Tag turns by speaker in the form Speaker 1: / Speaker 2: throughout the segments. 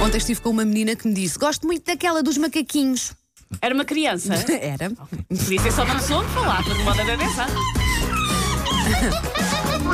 Speaker 1: Ontem estive com uma menina que me disse: Gosto muito daquela dos macaquinhos.
Speaker 2: Era uma criança.
Speaker 1: Era.
Speaker 2: Podia ser só uma pessoa que falava de moda da beça.
Speaker 3: Uh,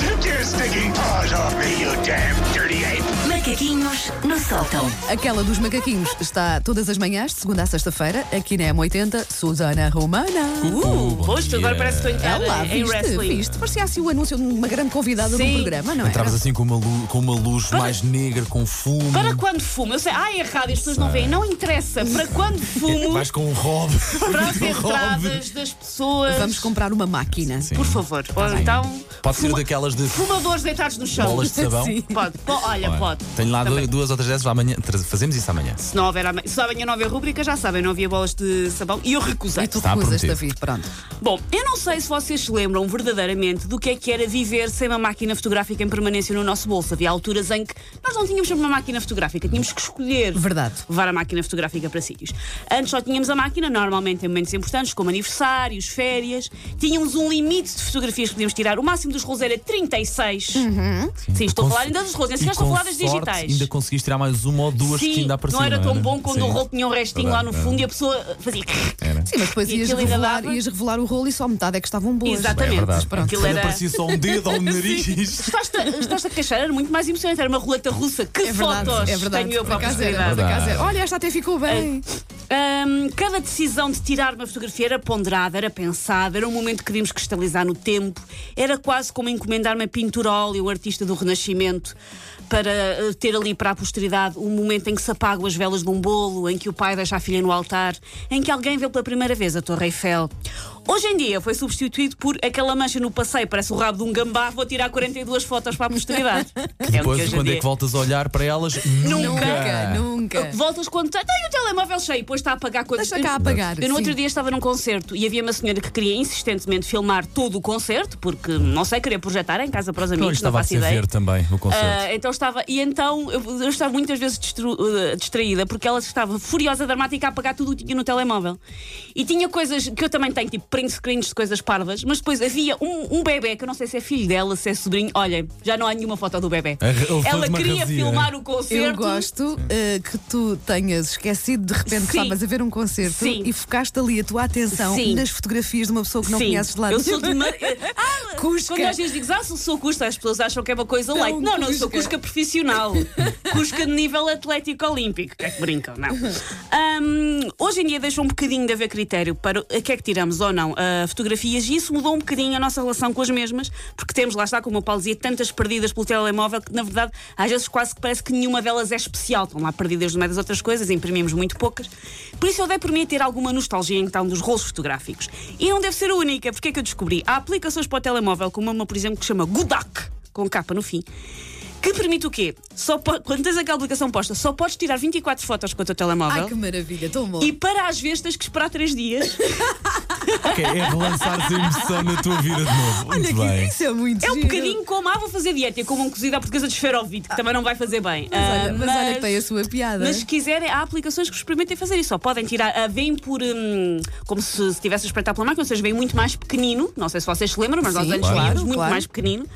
Speaker 4: Take your stinking paws off me, you damn dirty ape!
Speaker 5: Macaquinhos no sótão.
Speaker 1: Aquela dos macaquinhos está todas as manhãs, de segunda à sexta-feira, aqui na M80, Susana Romana.
Speaker 2: Uh, rosto, agora parece que estou em
Speaker 1: É
Speaker 2: casa
Speaker 1: lá,
Speaker 2: em
Speaker 1: viste,
Speaker 2: wrestling.
Speaker 1: viste. Parecia assim o anúncio de uma grande convidada de um
Speaker 2: Sim.
Speaker 1: programa, não é?
Speaker 3: Entravas assim com uma luz, com uma luz mais negra, com fumo.
Speaker 2: Para quando fumo, eu sei, ah, é errado, as pessoas não veem, não interessa. Para quando fumo,
Speaker 3: Vais com um robe.
Speaker 2: para as
Speaker 3: Com um robe.
Speaker 2: entradas das pessoas,
Speaker 1: Vamos comprar uma máquina.
Speaker 3: Sim.
Speaker 2: por favor. Ou então,
Speaker 3: Pode ser daquelas de
Speaker 2: fumadores deitados no chão.
Speaker 3: Tá bolas de sabão.
Speaker 1: Sim.
Speaker 2: Pode, po- olha,
Speaker 3: Olha,
Speaker 2: pode.
Speaker 3: Tenho lá
Speaker 2: Também.
Speaker 3: du- duas ou três dessas amanhã. tra- Fazemos isso amanhã.
Speaker 2: Se não houver ama- se amanhã não houver rúbrica, já sabem, não havia bolas de sabão e eu recusei.
Speaker 1: E tu
Speaker 3: Está
Speaker 1: recusas,
Speaker 3: prometido.
Speaker 1: David, pronto.
Speaker 2: Bom, eu não sei se vocês se lembram verdadeiramente do que é que era viver sem uma máquina fotográfica em permanência no nosso bolso. Havia alturas em que nós não tínhamos uma máquina fotográfica, tínhamos que escolher
Speaker 1: Verdade.
Speaker 2: levar a máquina fotográfica para sítios. Antes só tínhamos a máquina, normalmente em momentos importantes, como aniversários, férias. Tínhamos um limite de fotografias que podíamos tirar. O máximo dos rolos era 36. Sim, estou a
Speaker 3: Uhum. Com
Speaker 2: falar
Speaker 3: so-
Speaker 2: ainda dos rolos, nem
Speaker 3: e
Speaker 2: sequer estou a
Speaker 3: com
Speaker 2: falar das
Speaker 3: sorte,
Speaker 2: digitais.
Speaker 3: Ainda conseguiste tirar mais uma ou duas que
Speaker 2: Sim,
Speaker 3: ainda apareciam.
Speaker 2: não era tão bom quando
Speaker 3: Sim.
Speaker 2: o rolo tinha um restinho
Speaker 3: Era,
Speaker 2: lá no
Speaker 3: era.
Speaker 2: fundo e a pessoa fazia.
Speaker 3: Era.
Speaker 1: Sim, mas depois
Speaker 2: E
Speaker 1: ias
Speaker 2: aquilo ainda
Speaker 1: revelar,
Speaker 2: dava?
Speaker 1: ias revelar o rolo e só metade é que estavam boas.
Speaker 2: Exatamente.
Speaker 3: É verdade.
Speaker 1: Pronto.
Speaker 2: Aquilo
Speaker 3: Quando
Speaker 2: era- É
Speaker 3: aparecia só um dedo ou um nariz.
Speaker 2: Estás-te estás a queixar, era muito mais emocionante. Era uma roleta russa. Que
Speaker 1: É verdade,
Speaker 2: fotos
Speaker 1: é verdade.
Speaker 2: tenho eu
Speaker 1: por
Speaker 2: para a
Speaker 1: acaso era,
Speaker 2: posteridade.
Speaker 1: por acaso era. Olha, esta até ficou bem.
Speaker 2: Hum, cada decisão de tirar uma fotografia era ponderada, era pensada, era um momento que queríamos cristalizar no tempo, era quase como encomendar uma pintura a óleo, o artista do Renascimento, para eh, ter ali para a posteridade um momento em que se apagam as velas de um bolo, em que o pai deixa a filha no altar, em que alguém vê pela primeira vez a Torre Eiffel. Hoje em dia foi substituído por aquela mancha no passeio, parece o rabo de um gambá, vou tirar 42 fotos para a posteridade. Que é o que
Speaker 3: Depois,
Speaker 2: hoje em
Speaker 3: quando é
Speaker 2: dia-
Speaker 3: que voltas a olhar para elas?
Speaker 1: Nunca, nunca.
Speaker 2: Voltas quando tem o telemóvel cheio, depois está a apagar coisas.
Speaker 1: Deixa cá
Speaker 2: Eu-
Speaker 1: apagar.
Speaker 2: Eu no outro
Speaker 1: sim.
Speaker 2: dia estava num concerto e havia uma senhora que queria insistentemente filmar todo o concerto, porque hum, não sei, queria projetar em casa para os
Speaker 3: Não
Speaker 2: amigos,
Speaker 3: lhe
Speaker 2: não,
Speaker 3: Então estava a
Speaker 2: faço
Speaker 3: ser
Speaker 2: ideia.
Speaker 3: ver também o concerto.
Speaker 2: Ah, então estava, e então eu, eu estava muitas vezes distru- eh, distraída porque ela estava furiosa, dramática, a apagar tudo o que tinha no telemóvel. E tinha coisas que eu também tenho, tipo print screens de coisas parvas, mas depois havia um, um bebê que eu não sei se é filho dela, se é sobrinho. Olha, já não há nenhuma foto do bebê.
Speaker 3: Ele fez
Speaker 2: Ela
Speaker 3: uma
Speaker 2: queria
Speaker 3: razia.
Speaker 2: filmar o
Speaker 1: Eu
Speaker 2: concerto.
Speaker 1: gosto eh, que tu tenhas esquecido de repente que
Speaker 2: Sim.
Speaker 1: estavas a ver um concerto
Speaker 2: Sim.
Speaker 1: e focaste ali a tua atenção
Speaker 2: Sim.
Speaker 1: nas fotografias de uma pessoa que não
Speaker 2: Sim,
Speaker 1: conheces de lado. Ah,
Speaker 2: eu sou de. Mar...
Speaker 1: Cusca.
Speaker 2: Quando às vezes digo, ah, sou, sou Cusca, as pessoas acham que é uma coisa
Speaker 1: Não,
Speaker 2: light. Não, não, sou
Speaker 1: Cusca.
Speaker 2: Cusca profissional. Cusca de nível atlético olímpico. Que é que brincam, não. Ahm, hoje em dia deixa um bocadinho de haver critério para o a que é que tiramos ou não ah, fotografias e isso mudou um bocadinho a nossa relação com as mesmas, porque temos, lá está, como o Paulo dizia, tantas perdidas pelo telemóvel que na verdade às vezes quase que parece que nenhuma delas é especial. Estão lá perdidas no meio das outras coisas, imprimimos muito poucas. Por isso eu dei por mim a ter alguma nostalgia então dos rolos fotográficos. E não deve ser a única, porque é que eu descobri? Há aplicações para o telemóvel, como uma, por exemplo, que se chama Godak, com capa no fim, que permite o quê? Só po- quando tens aquela aplicação posta, só podes tirar 24 fotos com o teu telemóvel.
Speaker 1: Ai que maravilha, tão bom.
Speaker 2: E para às vezes tens que esperar 3 dias. Ah.
Speaker 3: Ok, é relançares a emoção na tua vida de novo.
Speaker 1: Olha
Speaker 3: Muito
Speaker 1: que
Speaker 3: bem.
Speaker 1: isso é muito
Speaker 2: É um
Speaker 1: giro.
Speaker 2: bocadinho como, ah, vou fazer dieta, e como um cozido à portuguesa de esferovite, que também não vai fazer bem.
Speaker 1: Mas
Speaker 2: Ah,
Speaker 1: olha, mas olha que tem é? a sua piada.
Speaker 2: Mas se quiserem, há aplicações que experimentem fazer isso. Só podem tirar, ah, vêm por. hum, como se estivesse a espreitar pela máquina, ou seja, vêm muito mais pequenino. Não sei se vocês se lembram, mas nós
Speaker 1: Sim,
Speaker 2: antes
Speaker 1: claro,
Speaker 2: tínhamos muito
Speaker 1: claro.
Speaker 2: mais pequenino.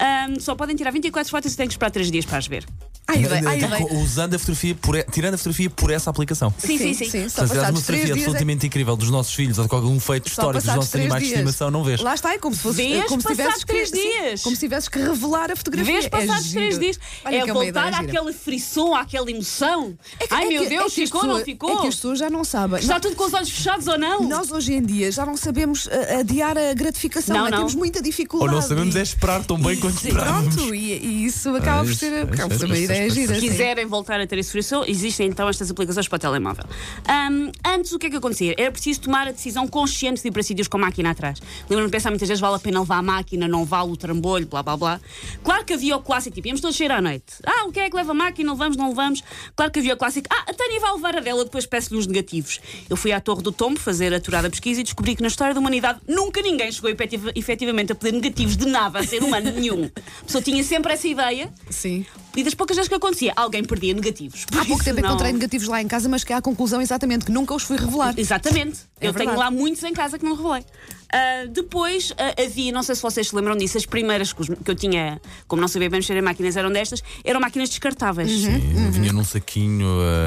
Speaker 2: Ahm, só podem tirar 24 fotos e têm que esperar 3 dias para as ver.
Speaker 1: Ai, bem, ai,
Speaker 3: Então,
Speaker 1: bem.
Speaker 3: Usando a fotografia, por, tirando a fotografia por essa aplicação.
Speaker 2: Sim, sim, sim.
Speaker 1: sim.
Speaker 3: Se
Speaker 1: Só
Speaker 3: tiveres uma
Speaker 1: passados três
Speaker 3: fotografia
Speaker 1: dias. é-
Speaker 3: absolutamente incrível dos nossos filhos ou de algum feito
Speaker 1: só
Speaker 3: histórico dos
Speaker 1: passados
Speaker 3: nossos
Speaker 1: três
Speaker 3: animais de
Speaker 1: dias.
Speaker 3: estimação, não vês.
Speaker 1: Lá está, é como se fosse
Speaker 2: Vês
Speaker 1: como se tivesses
Speaker 2: passados três
Speaker 1: que- sim,
Speaker 2: dias.
Speaker 1: Como se tivesses que revelar a fotografia.
Speaker 2: Vês passados
Speaker 1: é
Speaker 2: 3
Speaker 1: giro.
Speaker 2: dias.
Speaker 1: Olha
Speaker 2: é
Speaker 1: que uma
Speaker 2: voltar
Speaker 1: ideia gira.
Speaker 2: àquele frisson, àquela emoção.
Speaker 1: É que-
Speaker 2: Ai
Speaker 1: é
Speaker 2: meu
Speaker 1: que-
Speaker 2: Deus,
Speaker 1: é que as
Speaker 2: ficou, não
Speaker 1: pessoas- É
Speaker 2: ficou?
Speaker 1: que as pessoas já não sabem.
Speaker 2: Está
Speaker 1: Não-
Speaker 2: tudo com os olhos fechados ou não?
Speaker 1: Nós hoje em dia já não sabemos ah, adiar a gratificação,
Speaker 2: Não,
Speaker 1: né?
Speaker 2: não.
Speaker 1: temos muita dificuldade.
Speaker 3: Ou não sabemos
Speaker 1: E-
Speaker 3: é esperar tão bem
Speaker 1: e-
Speaker 3: quanto
Speaker 1: sim,
Speaker 3: esperávamos.
Speaker 1: Pronto, e, e isso acaba
Speaker 3: Ah,
Speaker 1: por
Speaker 3: isso,
Speaker 1: ser,
Speaker 3: isso,
Speaker 1: acaba por ser
Speaker 3: isso,
Speaker 1: uma
Speaker 3: isso,
Speaker 1: ideia
Speaker 3: isso,
Speaker 1: gira.
Speaker 3: isso.
Speaker 1: sim.
Speaker 2: quiserem voltar a ter esse frisson, existem então estas aplicações para o telemóvel. Ahm, antes, o que é que acontecia? Era preciso tomar a decisão consciente de ir para sítios com a máquina atrás. Lembro-me de pensar muitas vezes, vale a pena levar a máquina, não vale o trambolho, blá blá blá. Claro que havia o clássico, tipo, íamos todos sair à noite. Ah, o que é que leva a máquina? Levamos, não levamos? Claro que havia o clássico, ah, a Tânia vai levar a dela, depois peço-lhe os negativos. Eu fui à Torre do Tombo fazer a turada pesquisa e descobri que na história da humanidade nunca ninguém chegou efetiva- efetivamente a pedir negativos de nada a ser humano nenhum. A pessoa tinha sempre essa ideia.
Speaker 1: Sim.
Speaker 2: E das poucas vezes que acontecia, alguém perdia negativos. é. Por
Speaker 1: Há pouco
Speaker 2: isso
Speaker 1: tempo é
Speaker 2: não-
Speaker 1: encontrei negativos lá em casa, mas que há a conclusão exatamente que nunca os fui revelar.
Speaker 2: Exatamente.
Speaker 1: É
Speaker 2: eu
Speaker 1: verdade.
Speaker 2: tenho lá muitos em casa que não revelei. Ah, depois ah, havia, não sei se vocês se lembram disso, as primeiras que, os- que eu tinha, como não sabia bem mexer em máquinas, eram destas, eram máquinas descartáveis.
Speaker 1: Uhum.
Speaker 3: Sim, Vinha num saquinho.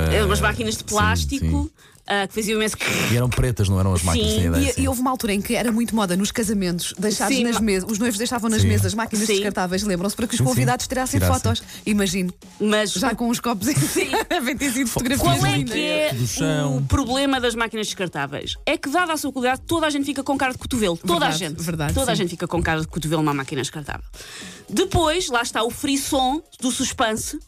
Speaker 3: eh,
Speaker 2: Eram umas máquinas de
Speaker 3: sim,
Speaker 2: plástico
Speaker 3: sim.
Speaker 2: ah, que faziam imenso.
Speaker 3: E eram pretas, não eram as máquinas?
Speaker 2: Sim,
Speaker 3: tinha ideia,
Speaker 1: E,
Speaker 3: sim.
Speaker 1: e houve uma altura em que era muito moda nos casamentos, deixados
Speaker 2: Sim,
Speaker 1: nas
Speaker 2: ma-
Speaker 1: mesas, os noivos deixavam nas
Speaker 3: Sim.
Speaker 1: mesas máquinas
Speaker 2: Sim.
Speaker 1: descartáveis, lembram-se, para que os
Speaker 3: Sim, sim.
Speaker 1: convidados tirassem,
Speaker 3: Tirassem.
Speaker 1: fotos. Imagino,
Speaker 2: Mas
Speaker 1: já com os copos em devem ter sido fotografias
Speaker 2: Qual é
Speaker 1: lindas.
Speaker 2: que é
Speaker 3: Do chão.
Speaker 2: o problema das máquinas descartáveis? É que, dada a sua qualidade, toda a gente fica com cara de cotovelo. Toda
Speaker 1: Verdade,
Speaker 2: a gente.
Speaker 1: verdade,
Speaker 2: toda a
Speaker 1: sim.
Speaker 2: gente fica com cara de cotovelo numa máquina descartável. Depois, lá está o frisson do suspense.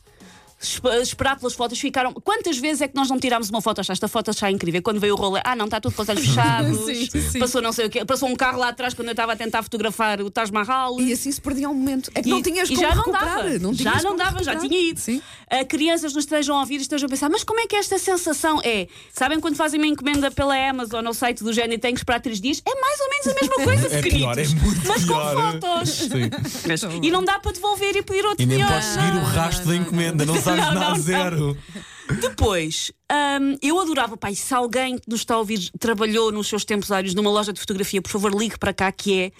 Speaker 2: Esp- Esperar pelas fotos ficaram. Quantas vezes é que nós não tirámos uma foto? Achaste esta foto está incrível. Quando veio o rolê, ah, não, está tudo com os olhos fechados.
Speaker 1: Sim, sim.
Speaker 2: Passou não sei o quê. Passou um carro lá atrás quando eu estava a tentar fotografar o Taj Mahal.
Speaker 1: E assim se perdia um momento. É que não tinhas
Speaker 2: e
Speaker 1: como
Speaker 2: já não
Speaker 1: recuperar.
Speaker 2: dava.
Speaker 1: tinhas
Speaker 2: já não
Speaker 1: como
Speaker 2: dava, já
Speaker 1: recuperar.
Speaker 2: tinha ido.
Speaker 1: Sim.
Speaker 2: Ah, crianças nos estejam a ouvir e estejam a pensar, mas como é que esta sensação é? Sabem quando fazem uma encomenda pela Amazon ou site do género e têm que esperar três dias? É mais ou menos a mesma coisa,
Speaker 3: É pior, é
Speaker 2: queridos.
Speaker 3: muito
Speaker 2: mas
Speaker 3: pior.
Speaker 2: com fotos.
Speaker 3: Sim.
Speaker 2: Mas- e não dá para devolver e pedir Ah. outro
Speaker 3: E nem
Speaker 2: melhor.
Speaker 3: podes seguir o rastro da encomenda, não sabes
Speaker 2: Não,
Speaker 3: nada
Speaker 2: não, não.
Speaker 3: zero.
Speaker 2: Depois, hum, eu adorava, pai, se alguém que nos está a ouvir trabalhou nos seus tempos áreos numa loja de fotografia, por favor, ligue para cá, que é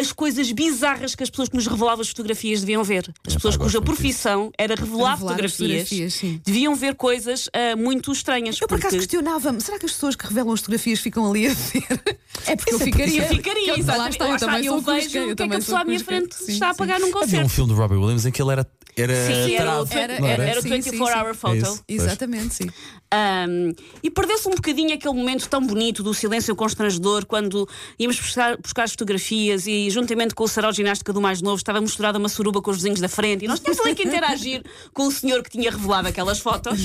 Speaker 2: as coisas bizarras que as pessoas que nos revelavam as fotografias deviam ver. As pessoas
Speaker 3: gosto
Speaker 2: cuja
Speaker 3: muito
Speaker 2: profissão era revelar,
Speaker 1: Revelar
Speaker 2: fotografias,
Speaker 1: fotografias, sim.
Speaker 2: deviam ver coisas ah, muito estranhas.
Speaker 1: Eu por acaso
Speaker 2: porque-
Speaker 1: questionava-me, será que as pessoas que revelam as fotografias ficam ali a ver? É porque eu ficaria.
Speaker 2: Eu ficaria,
Speaker 1: Eu-
Speaker 2: exatamente.
Speaker 1: lá está, eu
Speaker 2: Lá está,
Speaker 1: também sou
Speaker 2: eu
Speaker 1: cusca, eu
Speaker 2: vejo o que é que
Speaker 1: também
Speaker 2: a pessoa
Speaker 1: sou
Speaker 2: à minha
Speaker 1: cusca.
Speaker 2: frente
Speaker 1: Sim,
Speaker 2: está a
Speaker 1: sim. um
Speaker 2: pagar num
Speaker 3: Havia um
Speaker 2: concerto.
Speaker 3: filme do Robbie Williams em que ele era, era
Speaker 2: Sim, era, o-
Speaker 3: travo,
Speaker 1: era-
Speaker 3: não
Speaker 2: era, era o
Speaker 1: Sim, sim, sim.
Speaker 2: 24 Hour Photo.
Speaker 3: É isso.
Speaker 1: Exatamente, sim.
Speaker 2: Um, e perdeu-se um bocadinho aquele momento tão bonito do silêncio constrangedor quando íamos buscar, buscar as fotografias e, juntamente com o sarau de ginástica do mais novo, estava misturada uma suruba com os vizinhos da frente e nós tínhamos ali que interagir com o senhor que tinha revelado aquelas fotos.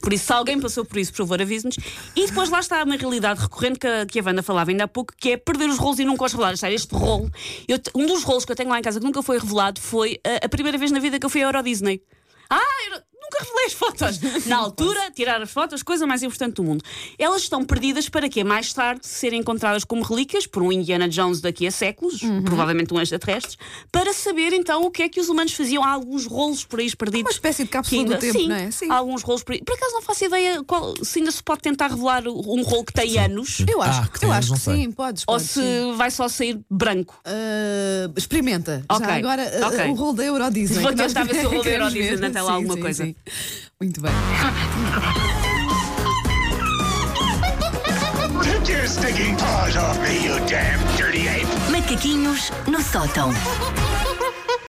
Speaker 2: Por isso, se alguém passou por isso, por favor, avise-nos. E depois lá está uma realidade recorrente que a, que a Wanda falava ainda há pouco, que é perder os rolos e nunca os revelar. Sabe, Este rolo, eu te- um dos rolos que eu tenho lá em casa que nunca foi revelado foi uh, a primeira vez na vida que eu fui à Euro Disney. Ah, eu não- nunca revelei as fotos. Na altura, tirar as fotos, coisa mais importante do mundo. Elas estão perdidas para que mais tarde serem encontradas como relíquias por um Indiana Jones daqui a séculos,
Speaker 1: Uhum.
Speaker 2: provavelmente um extraterrestre, para saber então o que é que os humanos faziam. Há alguns rolos por aí perdidos.
Speaker 1: É Uma espécie de cápsula
Speaker 2: que ainda-
Speaker 1: do tempo,
Speaker 2: sim,
Speaker 1: não é? Sim.
Speaker 2: Há alguns rolos por aí. Por acaso não faço ideia qual- se ainda se pode tentar revelar um rolo que tem anos
Speaker 1: Eu acho,
Speaker 3: Ah,
Speaker 1: que,
Speaker 3: que
Speaker 1: eu
Speaker 3: tem,
Speaker 1: acho
Speaker 3: não
Speaker 1: que
Speaker 3: sei.
Speaker 1: sim, podes.
Speaker 2: ou
Speaker 1: podes,
Speaker 2: se
Speaker 1: sim.
Speaker 2: vai só sair branco.
Speaker 1: Ah, experimenta.
Speaker 2: Ok,
Speaker 1: Já agora ah,
Speaker 2: ok.
Speaker 1: o rolo da Euro Disney.
Speaker 2: Vou
Speaker 1: que nós
Speaker 2: tentar ver se o rolo da Euro
Speaker 1: queremos
Speaker 2: Disney
Speaker 1: ver.
Speaker 2: ainda tem lá
Speaker 1: Sim,
Speaker 2: alguma
Speaker 1: sim,
Speaker 2: coisa.
Speaker 1: sim. Muito bem.
Speaker 4: Take your stinking paws off me, you damn dirty ape!
Speaker 5: Macaquinhos no sótão.